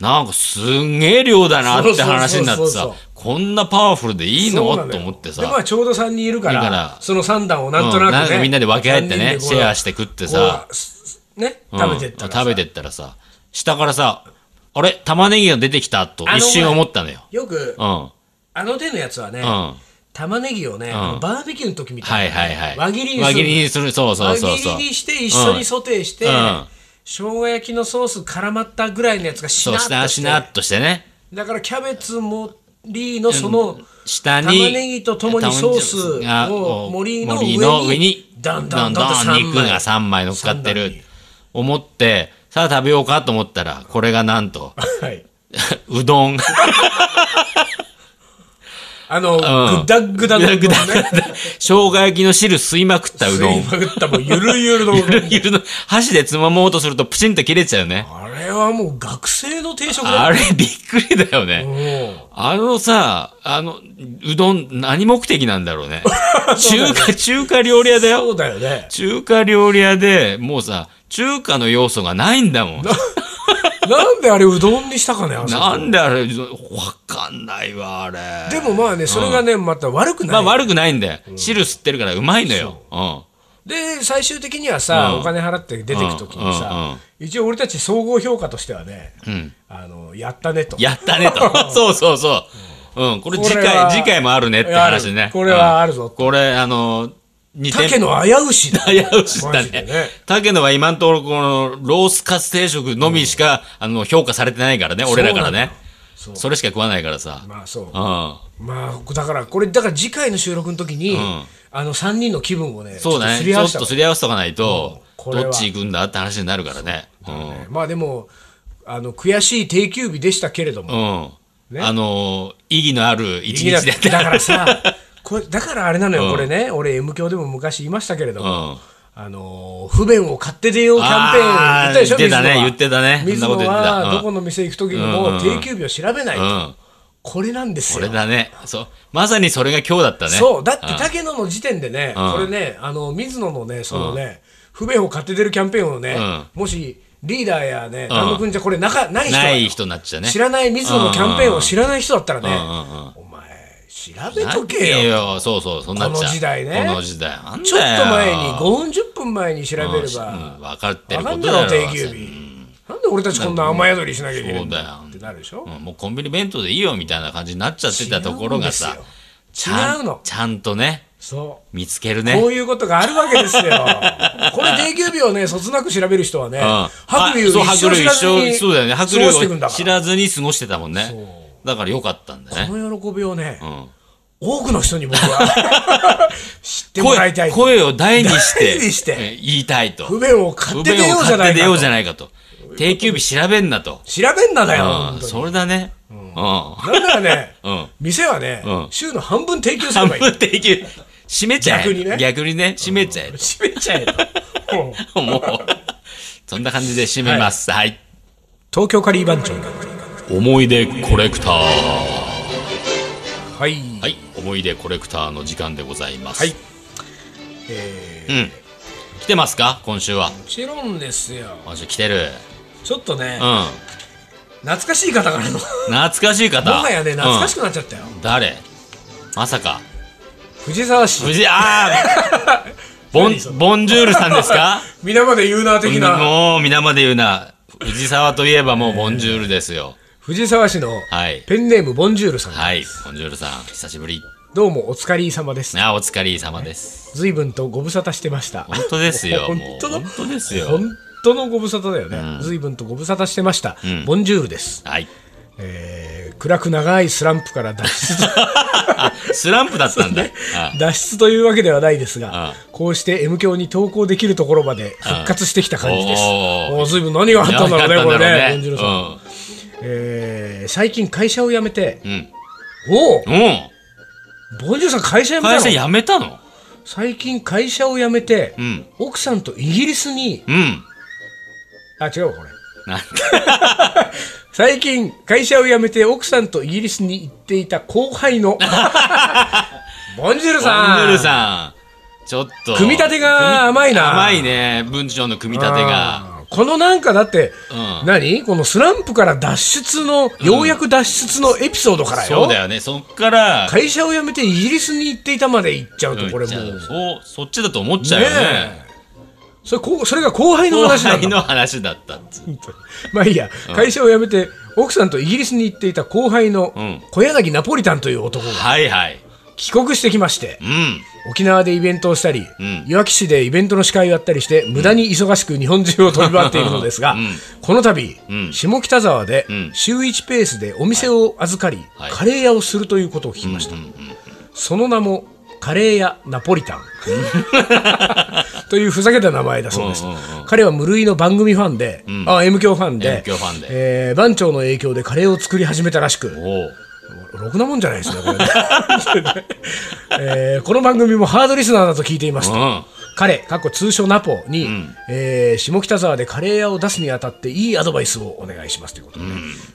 S2: なんかすんげえ量だなって話になって
S1: そうそう
S2: さ
S1: そうそ、
S2: こんなパワフルでいい
S1: そう
S2: の
S1: なよ
S2: と思ってさ。
S1: でまあちょうど3人いるか
S2: い
S1: ら
S2: るから
S1: その3段をなんとなく、ね
S2: うんなんかみんなで分け合ってね
S1: 三人でこう
S2: シェアして食ってさ
S1: こうすね
S2: うん
S1: 食べてったらさ、
S2: 食べてったらさ、下からさ、あれ玉ねぎが出てきたと
S1: あの
S2: 一瞬思ったのよ。
S1: よく
S2: うん。
S1: あの手のやつはね、
S2: うん。
S1: 玉ねぎをね、あのバーベキューの時みた
S2: はいい
S1: な、
S2: はいはい。
S1: 輪切りにする
S2: 輪切りにする。そうそうそうそ
S1: 輪
S2: う
S1: 切り。にして一緒にソテーして、
S2: うんうん
S1: 生姜焼きのソース絡まったぐらいのやつがし
S2: そ
S1: な
S2: う、
S1: っと
S2: 下、
S1: し
S2: してなっとしてね。
S1: だからキャベツもりのその、
S2: 下に。
S1: 玉ねぎとともにソース
S2: が
S1: を森の
S2: 森
S1: 上に
S2: だ
S1: だ
S2: ん
S1: ん
S2: だ
S1: だ
S2: ん
S1: んだんと三枚
S2: 肉が3枚乗っかっ
S1: 三
S2: て
S1: 段
S2: る
S1: に。
S2: 思って、さあ食べようかと思ったら、これがなんと、 <laughs>
S1: はい、
S2: うどん。
S1: あの、
S2: ん
S1: グダッグダのうどんね
S2: ぐだぐだ生姜焼きの汁吸いまくったうどん。
S1: 吸いまくったもうゆるゆるのうどん
S2: <laughs> ゆるの箸でつまもうとするとプチンと切れちゃうね。
S1: あれはもう学生の定食だ
S2: あれびっくりだよ
S1: も
S2: ね。
S1: う
S2: あのさ、あの、うどん、何目的なんだろう
S1: <laughs>
S2: ね。中華、中華料理屋だよ。
S1: そうだよね
S2: 中華料理屋でもうさ中華の要素がないん
S1: <laughs>
S2: だもん
S1: なんであれうどんにしたかねあそこ
S2: なんであれわかんないわあれ
S1: でもまあねそれがね、また悪くない、
S2: まあ悪くないんだよ、汁吸ってるからうまいのよう
S1: で最終的にはさ、
S2: うん
S1: お金払って出てくときにさ、
S2: うんうんうん
S1: 一応俺たち総合評価としてはね、
S2: ん、うん、
S1: あのやったねと
S2: やったね
S1: <laughs>
S2: とそうそうそう、うん、これ次
S1: これは
S2: 回次回もあるねって話
S1: あ
S2: ね
S1: るこれはあるぞ
S2: うんこれあの2
S1: 竹
S2: <laughs> 点
S1: の危うしだ
S2: 危うし
S1: マ
S2: だ
S1: ジで
S2: ね
S1: ね
S2: 竹野は今のところこのロースカツ定食のみしか、あの評価されてないからね俺らからね
S1: そう
S2: それしか食わないからさ、
S1: まあそう
S2: うん
S1: まあだからこれだから次回の収録の時に、
S2: ん
S1: あの3人の気分をね
S2: そうだね。
S1: ちょっとす
S2: ち
S1: り合
S2: ょ
S1: わ
S2: っ
S1: せた
S2: と
S1: 方が
S2: すり合わせとかないと、
S1: うんこれは
S2: どっち行くんだって話になるからね。
S1: ねまあでもあの悔しい定休日でしたけれども、
S2: うん。うん。
S1: ね
S2: あのー、意義のある一日 <laughs> だっ
S1: だか
S2: た。
S1: らさこれだからあれなのよ、
S2: うん
S1: これね俺 M 教でも昔言いましたけれど
S2: う
S1: も、
S2: ん。
S1: あのー不便を買って出ようキャンペーン
S2: あー
S1: 言ったでしょ
S2: 言ってたね
S1: 水野は
S2: 言ってたね
S1: 水
S2: そんなこ
S1: 野
S2: と言ってた
S1: は
S2: うん
S1: どこの店行く時に
S2: うんうん
S1: も
S2: うん
S1: 定休日を調べないと、
S2: うん。
S1: これなんです
S2: こ
S1: よ
S2: れだね。そう。まさにそれが今日だったね。
S1: そうだって竹野の時点でね、
S2: うん
S1: これねあの水野のねそのね、不便を買って出るキャンペーンをね、
S2: う
S1: もしリーダーやね丹野君じゃこれなかない人だよ
S2: ない人になっちゃうね。
S1: 知らない水野のキャンペーンを知らない人だったらね、
S2: んうん
S1: お前調べ
S2: な
S1: と
S2: ん
S1: けよ
S2: でよ。そうそう、そんなっちゃう。
S1: この時代ね
S2: この時代。なんだよ
S1: ちょっと前に5分10分前に調べれば、
S2: うん分かってる
S1: 分
S2: こ
S1: か
S2: と
S1: ん
S2: だ
S1: だ
S2: よ。
S1: ろ定休日なんで俺たちこんな雨宿りしなきゃいけないんだ
S2: そうだよ
S1: ってなるでしょ
S2: うんもうコンビニ弁当でいいよみたいな感じになっちゃってたところが
S1: 違うん
S2: さ
S1: で、す
S2: ち
S1: よ
S2: ゃ
S1: 違うの
S2: んちゃんとね、
S1: そ
S2: 見つける
S1: う
S2: ね。
S1: こういうことがあるわけ
S2: <laughs>
S1: ですよこれ定休日をねそつなく調べる人はね白龍
S2: そう
S1: 一生知らず
S2: 白龍
S1: に
S2: 一生そうだよね。
S1: 過ご
S2: 白龍
S1: していくんだ
S2: を
S1: か
S2: 知
S1: ら
S2: らずに過ごしてたもんね
S1: そう。
S2: だからよかったんだね。
S1: この喜びをね
S2: うん
S1: 多くの人に僕は知ってもらいたい
S2: 声声を大にして
S1: 大にして
S2: えー言いたいと。
S1: 不便を買って出ようじゃ
S2: 不便を買
S1: な
S2: っ
S1: い
S2: て出
S1: か
S2: よう
S1: と
S2: じゃないかと。定休日調べんなと。
S1: 調べんなだよ
S2: う
S1: 本
S2: ん、
S1: 当に
S2: それだね。うん。
S1: なんならね
S2: <laughs> うん
S1: 店はね
S2: うん
S1: 週の半分提供すれ
S2: 半
S1: ばいい
S2: 分定休、閉めちゃえ。
S1: 逆にね
S2: 逆にね、閉めちゃえ
S1: 閉めちゃえ
S2: <laughs>
S1: ともう
S2: と。もう、そんな感じで閉めます。はい。
S1: 東京カリー番長
S2: 思い出コレクター。
S1: はい、
S2: はい。思い出コレクターの時間でございます。
S1: はいえー
S2: うん。来てますか今週は。
S1: もちろんですよ
S2: 今週来てる。
S1: ちょっとね、
S2: うん。
S1: 懐かしい方からのも
S2: 懐かしい方。
S1: はやね懐かし
S2: く、
S1: くなっちゃったよ、
S2: うん誰まさか。
S1: 藤沢市
S2: 無事、あ
S1: <laughs>
S2: ーボン
S1: 何そ、れ
S2: ボンジュールさんで
S1: <laughs>
S2: すか
S1: 皆まで言うな的な
S2: もう、皆まで言うな。藤沢といえばもうボンジュールですよ。
S1: 藤沢市の
S2: はい。
S1: ペンネームボンジュールさん、
S2: はい。ボンジュールさん、久しぶり。
S1: どうもお疲れ様です
S2: あー、お疲れ様です。
S1: 随分とご無沙汰してました
S2: 本当ですよ。
S1: <laughs> 本
S2: もう
S1: 当だ
S2: 本当ですよ。
S1: 本当のご無沙汰だよね、随分とご無沙汰してました、
S2: ん
S1: ボンジュールです、
S2: はい。
S1: えー暗く長いスランプから脱出
S2: あ、スランプだったんだ。あ
S1: 脱出というわけではないですが
S2: あ
S1: こうして M 教に投稿できるところまで復活してきた感じです
S2: おー
S1: もう随分何があっ
S2: ー
S1: たんだろうねこれねボンジュー
S2: よ
S1: ルさん、
S2: かった
S1: えー最近会社を辞めて、
S2: ん
S1: おお
S2: んだろうね。うん。うん。
S1: ボンジュールさん会社辞めたの
S2: 会社辞めたの
S1: 最近会社を辞めて、
S2: ん
S1: 奥さんとイギリスに
S2: うん。
S1: あ違うわこれ
S2: なん
S1: 最近会社を辞めて奥さんとイギリスに行っていた後輩 <laughs> のボンジュールさん
S2: ボンジュールさん。ちょっと。
S1: 組み立てが甘いな
S2: 甘いね。文章の組み立てが。
S1: あーこのなんかだって、
S2: うん
S1: 何このスランプから脱出の、ようやく脱出のエピソードからよ
S2: そうだよね。そっから、
S1: 会社を辞めてイギリスに行っていたまで行っちゃうとこれもうね
S2: そう、そっちだと思っちゃうよね。
S1: えそれこうそれが後輩の
S2: 後
S1: 話なん
S2: 輩
S1: だ
S2: の話だったっつう
S1: まあいいや、会社を辞めて奥さんとイギリスに行っていた後輩の
S2: うん
S1: 小柳ナポリタンという男が
S2: はいはい。
S1: 帰国してきまして
S2: うん。
S1: 沖縄でイベントをしたり、
S2: ん
S1: いわき市でイベントの司会をやったりして無駄に忙しく日本中を飛び回っているのですが、
S2: うん
S1: この度、
S2: ん
S1: 下北沢で
S2: ん
S1: 週1ペースでお店を預かり、
S2: はい
S1: カレー屋をするということを聞きました、その名もカレー屋ナポリ
S2: <laughs>
S1: タンというふざけた名前だそうです、
S2: うんうん
S1: 彼は無類の番組ファンで、あ M 響ファンで
S2: M 響ファンで
S1: えー番長の影響でカレーを作り始めたらしく
S2: おう。
S1: ろくなもんじゃないですね、これね <laughs> えーこの番組もハードリスナーだと聞いていまし
S2: う
S1: た。
S2: ん。
S1: 彼、かっこ通称ナポに、えー下北沢でカレー屋を出すにあたっていいアドバイスをお願いしますということで、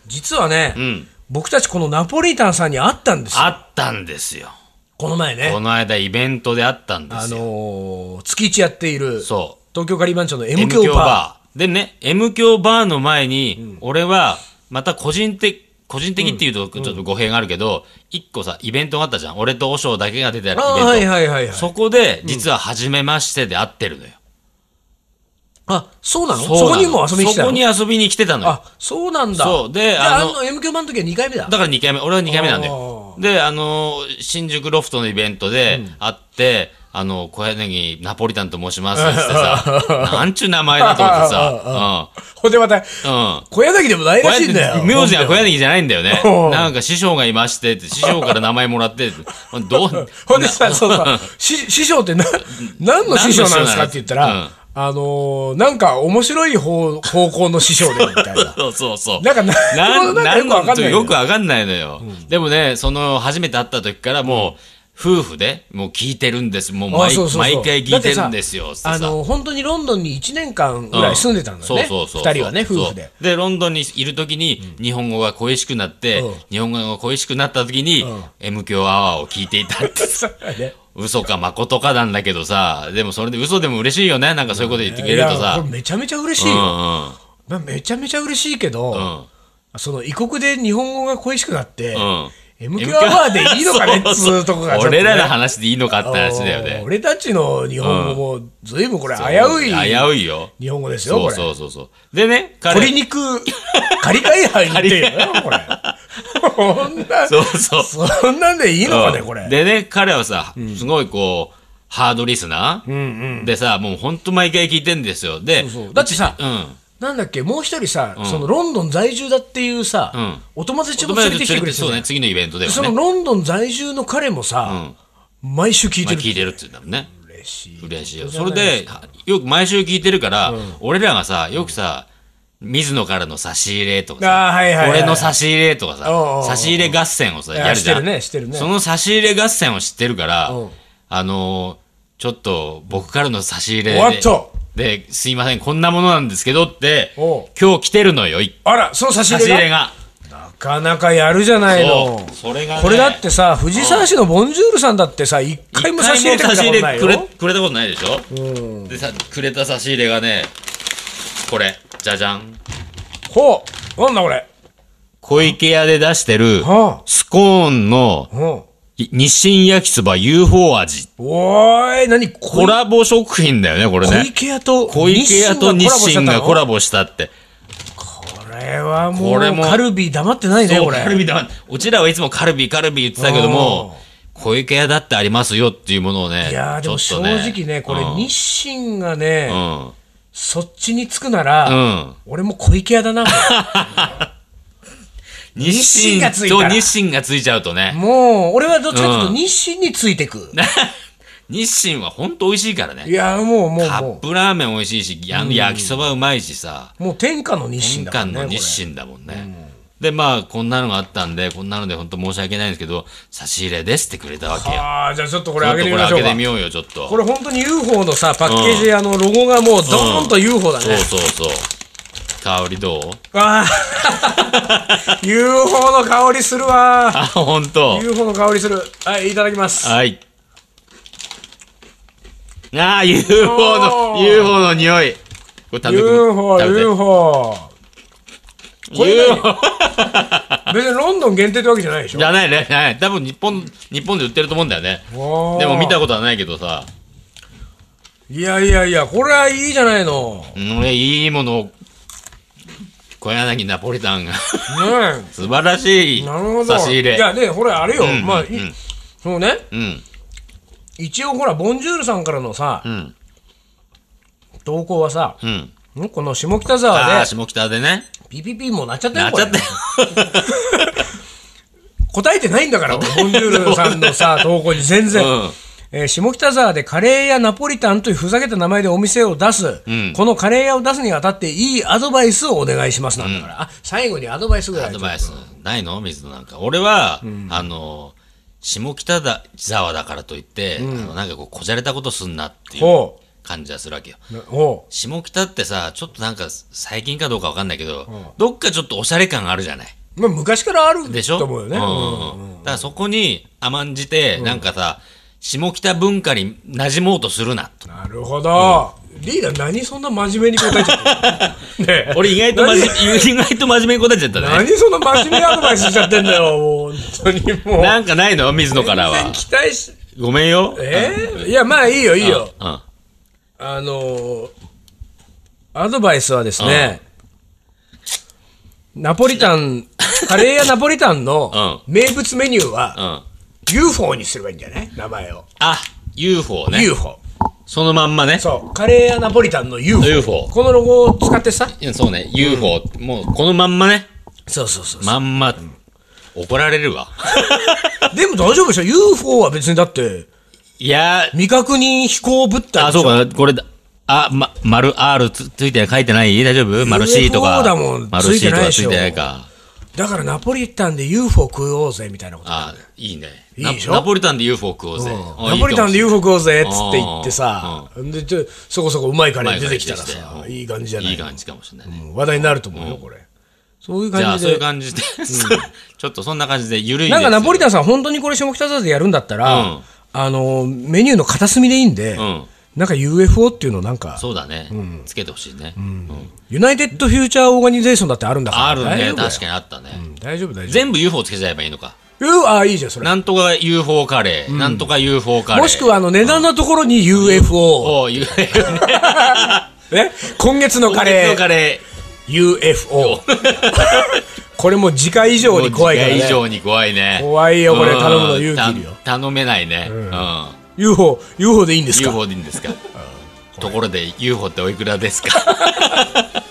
S1: 実はね、
S2: ん
S1: 僕たちこのナポリタンさんに会ったんですよ。
S2: あったんですよ。
S1: この前ね
S2: こ、の間イベントであったんで
S1: あ
S2: すよ。
S1: のー月一やっている、東
S2: そう。
S1: 京カリバン町の M
S2: M
S1: 響
S2: 強
S1: バ
S2: バー。でね、M 強バーの前に、俺は、また個人的、個人的っていうと、ちょっと語弊があるけど、一個さ、イベントがあったじゃん。俺と和尚だけが出てるイ
S1: ー。あーは
S2: ベ
S1: い
S2: ン
S1: はいはいはい。
S2: ト。そこで、実は初めましてで会ってるのよ。
S1: あ、そうなの
S2: う
S1: そこ
S2: なの
S1: にも遊びに来た
S2: そ
S1: の
S2: こに遊びに来てたのよ。
S1: あ、そうなんだ。
S2: そうで
S1: じゃあ
S2: あ
S1: あ
S2: の
S1: の M 響バーの時は2回目だ。
S2: だから2回目、俺は2回目なんだよ。で、あの、新宿ロフトのイベントで会って、あの、小柳ナポリタンと申しますって言って
S1: <laughs>
S2: さ、なんちゅう名前だと思ってさ、
S1: <laughs> ほんでまた、
S2: うん。うん。
S1: 小柳でもないらしいんだよ。
S2: 名字は小柳じゃないんだよね
S1: うん。
S2: なんか師匠がいましてって、師匠から名前もらって、どう、 <laughs>
S1: ほんでさ、そうさ、し師匠ってな、何の師匠なんですかって言ったら、
S2: うん
S1: あのー、なんか面白い方方向の師匠で、みたいな。
S2: そうそうそう。
S1: なんかな
S2: <laughs> なん
S1: なんかよくわかんないよ
S2: なんよくわかんないのよ。でもね、その、初めて会った時からもう、夫婦で、もう聞いてるんです。もう
S1: あ
S2: 毎
S1: そうそうそう
S2: 毎回聞いてるんですよ。
S1: だ
S2: つ
S1: っ
S2: ってて
S1: さあ
S2: さ
S1: のー、本当にロンドンに1年間ぐらい住んでたんだよね。
S2: そうそうそう。
S1: 2人はね、夫婦で
S2: そう。。で、ロンドンにいるときに、日本語が恋しくなって
S1: うん、
S2: 日本語が恋しくなったときに
S1: ん、
S2: M 響アワーを聞いていたって。
S1: <laughs>
S2: 嘘か誠かなんだけどさ、でもそれで嘘でも嬉しいよね。なんかそういうこと言ってくれる
S1: い
S2: と
S1: や
S2: さ
S1: こ。れめちゃめちゃ嬉し
S2: う
S1: い
S2: んう
S1: よ。
S2: ん。
S1: まあめちゃめちゃ嬉しいけ
S2: う
S1: ど、
S2: ん。
S1: その異国で日本語が恋しくなって、
S2: ん
S1: M 響アワーでいいのか
S2: <laughs>
S1: ねっつうとこがちょっとね
S2: 俺らの話でいいのかって話だよ
S1: あー
S2: ね。
S1: 俺たちの日本語も、ずいぶんこれ、危うい
S2: 危ういよ。
S1: 日本語ですよ、
S2: そ
S1: こ
S2: う
S1: れ。
S2: そうそうそう。でね、彼
S1: 鶏。肉、カリカリ入ってるよ、これ。こんな、
S2: <laughs> そうそう。
S1: そんなんでいいのかね、
S2: うん
S1: これ。
S2: でね、彼はさ、すごいこう、ハードリスナー、でさ、もうほんと毎回聞いてんですよ。で、
S1: そうだってさ、
S2: うん。
S1: なんだっけ、もう一人さ、そのロンドン在住だっていうさ、
S2: ん
S1: お友達
S2: お
S1: も
S2: 友
S1: 連れ
S2: 達と
S1: てきて
S2: 連
S1: くれ
S2: れて、
S1: てた
S2: そう
S1: じゃん
S2: ね、次のイベントで
S1: そ
S2: は
S1: の
S2: ね。
S1: ロンドン在住の彼もさ、毎週聞い
S2: ま
S1: て
S2: あ
S1: る。
S2: 聞いてるって言ったもんね。
S1: 嬉しい。
S2: 嬉しいよ。それで、よく毎週聞いてるから、俺らがさ、よくさ、水野からの差し入れとか
S1: あー
S2: さ、
S1: はいはいはい
S2: 俺の差し入れとか
S1: おうおうお
S2: さ
S1: う、
S2: 差し入れ合戦をさ、
S1: いや
S2: やるじゃん。
S1: してるねしてるね
S2: その差し入れ合戦を知ってるから
S1: うん、
S2: あのー、ちょっと僕からの差し入れで
S1: おっと
S2: で、すいません、こんなものなんですけどって
S1: おう、
S2: 今日来てるのよ、い
S1: あら、その差し
S2: 差
S1: 入
S2: し
S1: れ
S2: 入れ
S1: が。
S2: が。
S1: なかなかやるじゃないの
S2: そう。それがね
S1: これだってさ、藤沢市のボンジュールさんだってさ、一回も差し入れてくれたことない
S2: 一回も差し入れ
S1: よ
S2: く。れくれたことないでしょ、でさくれた差し入れがねこれじゃじゃん
S1: ほう、なんだこれ。
S2: 小池屋で出してる
S1: は
S2: スコーンの
S1: あ、うん。
S2: い日清焼きそば UFO 味
S1: おーい、何コ
S2: コラボ食品だよねこれ
S1: 小
S2: ね
S1: 池屋と
S2: 小池屋と日清がコ
S1: ボしちゃったの
S2: ラボしたって
S1: これはも
S2: これ
S1: う
S2: も
S1: カルビー黙ってないね
S2: そう
S1: これ
S2: カルビだうちらはいつもカルビカルビ言ってたけども小池屋だってありますよっていうものをね
S1: いやーでも
S2: ち
S1: 正
S2: ょっとね
S1: 直ねこれ
S2: うん
S1: 日清がね、
S2: うん
S1: そっちにつくなら、
S2: うん
S1: 俺も小池屋だな
S2: <laughs> 日
S1: 清
S2: 清
S1: がついたら
S2: と日清がついちゃうとね
S1: もう俺はどっちかという
S2: う
S1: と
S2: ん
S1: 日清についてく、
S2: <laughs> 日清は本当美味しいから
S1: い
S2: ね。
S1: やーもうもう
S2: カッ
S1: も
S2: プラーメン美味しいし、あの焼きそばうまいしさ、
S1: うもう天下の日清
S2: 新
S1: だから
S2: 韓
S1: ね
S2: の日清だもんね。で、まあ、こんなのがあったんで、こんなので本当申し訳ないんですけど、差し入れですってくれたわ
S1: こ
S2: け
S1: れ
S2: よ。
S1: ああじゃあちょっとこ
S2: こ
S1: れあげてみましょう
S2: これ開け
S1: か
S2: てみようよ、ちょっと。
S1: これ本当に UFO のさパッケージであのロゴがもうドーンと UFO だね、
S2: そうそうそう。香りどう <laughs>
S1: あ <laughs> あ UFO の香りするわ
S2: あ、ほんと。
S1: UFO の香りするはいいただきます
S2: はい。あー、UFO
S1: お
S2: の、
S1: ー
S2: UFO の匂い。これ食べて
S1: UFO
S2: 食べて
S1: UFO これ
S2: UFO
S1: 別にロンドン限定ってわけじゃないでしょ
S2: じゃないね。はい。多分日本、日本で売ってると思うんだよね。
S1: おー
S2: でも見たことはないけどさ。
S1: いやいやいやこれはいいじゃないの
S2: うん俺、いいものを、小柳ナポリタンが。 <laughs>
S1: ね
S2: 素晴らし
S1: え
S2: い
S1: なるほど
S2: 差し入れ。
S1: いやねほらあれよ、
S2: うんうん
S1: まあい
S2: うん
S1: そうね
S2: うん。
S1: 一応ほらボンジュールさんからのさ
S2: うん。
S1: 投稿はさ
S2: うん。
S1: この下北
S2: ああ、
S1: 沢で
S2: 下北でね。
S1: PPP もなっちゃったよ
S2: なっちゃったよ。
S1: 答えてないんだ
S2: <laughs>
S1: から、俺ボンジュールさんのさ、投稿に全然。 <laughs>
S2: うん。
S1: えー下北沢でカレーやナポリタンというふざけた名前でお店を出す、
S2: うん
S1: このカレー屋を出すにあたっていいアドバイスをお願いしますなんだから、あ最後にアドバイスぐらい
S2: アドバイスないの水野なんか。俺は、あの、下北沢だからといって、あのなんかこう、こじゃれたことすんなっていう
S1: ほ
S2: 感じはするわけよ。
S1: うほ
S2: 下北ってさ、ちょっとなんか、最近かどうかわかんないけど、どっかちょっとおしゃれ感あるじゃない。
S1: う、まあ、昔からある
S2: でしょ
S1: と思うよね、
S2: うんうんうんだからそこに甘んじて、なんかさ、下北文化に馴染もうとするな
S1: <laughs>
S2: と。
S1: なるほど、リーダー何そんな真面目に答えちゃってん
S2: <laughs>
S1: のねえ
S2: 俺意外と真面目、意外と真面目に答えちゃったね。
S1: 何そんな真面目にアドバイスしちゃってんだよもう本当にもう
S2: なんかないの水野から
S1: 全然
S2: は。
S1: 期待し
S2: ごめんよ。
S1: えーいやまあいいよいいよ、
S2: うん。
S1: あのーアドバイスはですね、ナポリタ
S2: <laughs>
S1: ン、カレーやナポリタンの名物メニュー
S2: う
S1: は、
S2: ん。
S1: UFO にすればいいんじゃない名前を。
S2: あ、UFO ね。
S1: UFO。
S2: そのまんまね。
S1: そう。カレーやナポリタンの UFO。
S2: UFO
S1: このロゴを使ってさ。
S2: いやそうね、UFO、もうこのまんまね。
S1: そうそうそう。
S2: まんま。怒られ
S1: <laughs>
S2: るわ。
S1: でも大丈夫でしょ ?UFO は別にだって、
S2: いや
S1: 未確認飛行物体
S2: あ、
S1: でし
S2: そ
S1: ょ。
S2: うか、これだ。あ、ま、丸 R つついてない書いてない大丈夫丸 C とか。
S1: UFO だもん
S2: 丸 C とかつ
S1: つ
S2: い
S1: い
S2: て
S1: て
S2: な
S1: ないいでしょ
S2: か。
S1: だからナポリタンで UFO 食おうぜみたいなこと。
S2: あ、いいね。
S1: いいでしょ
S2: ナナポリタンで UFO 食おうぜ。あ
S1: ナポリタンで
S2: いい
S1: UFO 食おうぜっつって言ってさ、でちょそこそこうまいカレー出てきたら
S2: うまいカレー
S1: さ
S2: 出てきて、うん
S1: いい感じじゃ
S2: かも
S1: ない
S2: しれないいい感じかもしれないね。
S1: うん話題になると思うよ、これ。そういう
S2: じゃ
S1: 感
S2: あ、
S1: じ
S2: そういう
S1: で。
S2: 感じで、ちょっ <laughs> とそんな感じで、ゆるいです
S1: なん
S2: よ
S1: かナポリタンさん、本当にこれ、下北沢でやるんだった
S2: う
S1: ら
S2: ん、
S1: あの、メニューの片隅でいいんで
S2: ん、
S1: なんか UFO っていうの、なんか、
S2: そうだね。つけてほしいね。うん
S1: ユナイテッド・フューチャー・オーガニゼーションだってあるんだから。
S2: あるね。
S1: 大丈夫だよ
S2: 確かにあったね。
S1: うん大丈夫、大丈
S2: 全部 UFO つけちゃえばいいのか。
S1: 夫。うわあ、いいじゃん、それ。
S2: なんとか UFO カレー、なんとか UFO カレー。
S1: もしくは、あの、値段のところに UFO。
S2: おう、UFO ね。
S1: え今月のカ
S2: 本日
S1: レ
S2: の
S1: ー、
S2: カレ
S1: UFO。これもう次回以上
S2: ー。
S1: に怖いから
S2: もう
S1: ね
S2: 時間以。上に怖いね。
S1: 怖いよこれ
S2: うん
S1: 頼むの勇気いるよ
S2: た頼めないね。うん。
S1: UFO、UFO でいいんですか
S2: UFO でいいんですか。ところで UFO っておいくらですか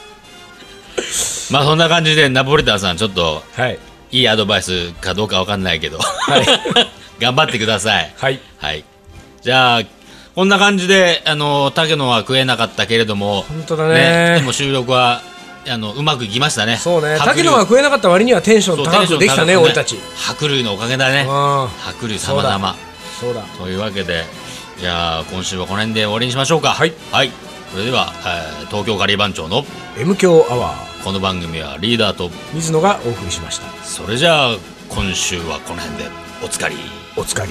S2: <laughs> まあそんな感じでナポリタンさんちょっと
S1: はい。
S2: いいアドバイスかどうかわかんないけど、
S1: い
S2: <laughs> 頑張ってください。
S1: はい。
S2: はい。じゃあ、こんな感じで、あの、竹野は食えなかったけれども、
S1: 本当だね
S2: でも収録は、あの、うまくいきましたね。
S1: そうね。
S2: 白
S1: 竹
S2: 龍
S1: 野が食えなかった割にはテンション
S2: そうテ
S1: 高
S2: ンション
S1: くできたね、
S2: 高く
S1: 俺たち。
S2: 白龍のおかげだね。
S1: ああ
S2: 白龍様々。
S1: そうだ。
S2: というわけで、じゃあ、今週はこの辺で終わりにしましょうか。はい。それでは、えー東京カリー番長の
S1: M 強アワー、
S2: この番組はリーダーと、
S1: 水野がお送りしました。
S2: それじゃあ、今週はこの辺で、おつかり。
S1: お疲れ。